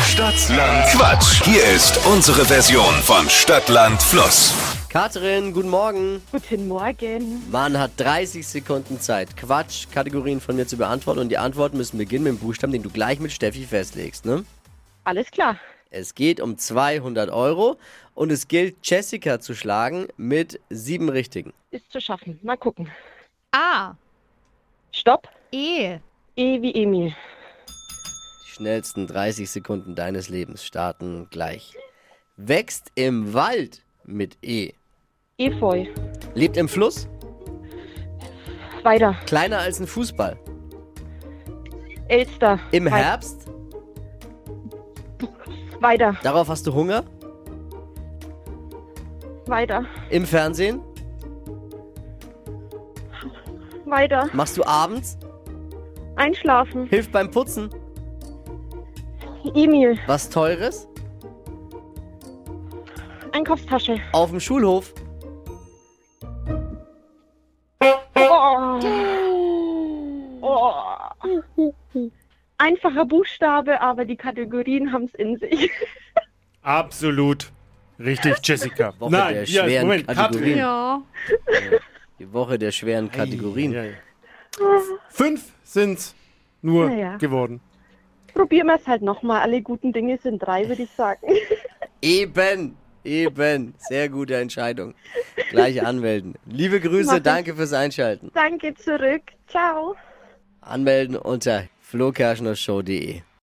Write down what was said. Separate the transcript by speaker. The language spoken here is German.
Speaker 1: Stadtland Quatsch. Hier ist unsere Version von Stadtland Fluss.
Speaker 2: Katrin, guten Morgen.
Speaker 3: Guten Morgen.
Speaker 2: Man hat 30 Sekunden Zeit, Quatsch-Kategorien von mir zu beantworten. Und die Antworten müssen beginnen mit dem Buchstaben, den du gleich mit Steffi festlegst. Ne?
Speaker 3: Alles klar.
Speaker 2: Es geht um 200 Euro und es gilt, Jessica zu schlagen mit sieben Richtigen.
Speaker 3: Ist zu schaffen. Mal gucken.
Speaker 4: A.
Speaker 3: Stopp.
Speaker 4: E.
Speaker 3: E wie Emil.
Speaker 2: Die schnellsten 30 Sekunden deines Lebens starten gleich. Wächst im Wald mit E.
Speaker 3: Efeu.
Speaker 2: Lebt im Fluss,
Speaker 3: Weiter.
Speaker 2: kleiner als ein Fußball.
Speaker 3: Elster.
Speaker 2: Im
Speaker 3: Wei-
Speaker 2: Herbst,
Speaker 3: Weiter.
Speaker 2: darauf hast du Hunger.
Speaker 3: Weiter.
Speaker 2: Im Fernsehen,
Speaker 3: Weiter.
Speaker 2: machst du abends,
Speaker 3: Einschlafen.
Speaker 2: hilft beim Putzen,
Speaker 3: Emil.
Speaker 2: was Teures,
Speaker 3: Einkaufstasche.
Speaker 2: auf dem Schulhof.
Speaker 3: Oh. Oh. Einfacher Buchstabe, aber die Kategorien haben es in sich.
Speaker 5: Absolut. Richtig, Jessica.
Speaker 2: Woche der
Speaker 5: ja,
Speaker 2: schweren
Speaker 5: Moment,
Speaker 2: Kategorien.
Speaker 5: Katrin.
Speaker 4: Ja.
Speaker 2: Die Woche der schweren Kategorien.
Speaker 5: Ja, ja. Fünf sind's nur
Speaker 3: Na ja.
Speaker 5: geworden.
Speaker 3: Probieren wir es halt nochmal. Alle guten Dinge sind drei, würde ich sagen.
Speaker 2: Eben, eben. Sehr gute Entscheidung. Gleich anmelden. Liebe
Speaker 3: Mach
Speaker 2: Grüße,
Speaker 3: ich.
Speaker 2: danke fürs Einschalten.
Speaker 3: Danke zurück. Ciao.
Speaker 2: Anmelden unter flokerschnershow.de.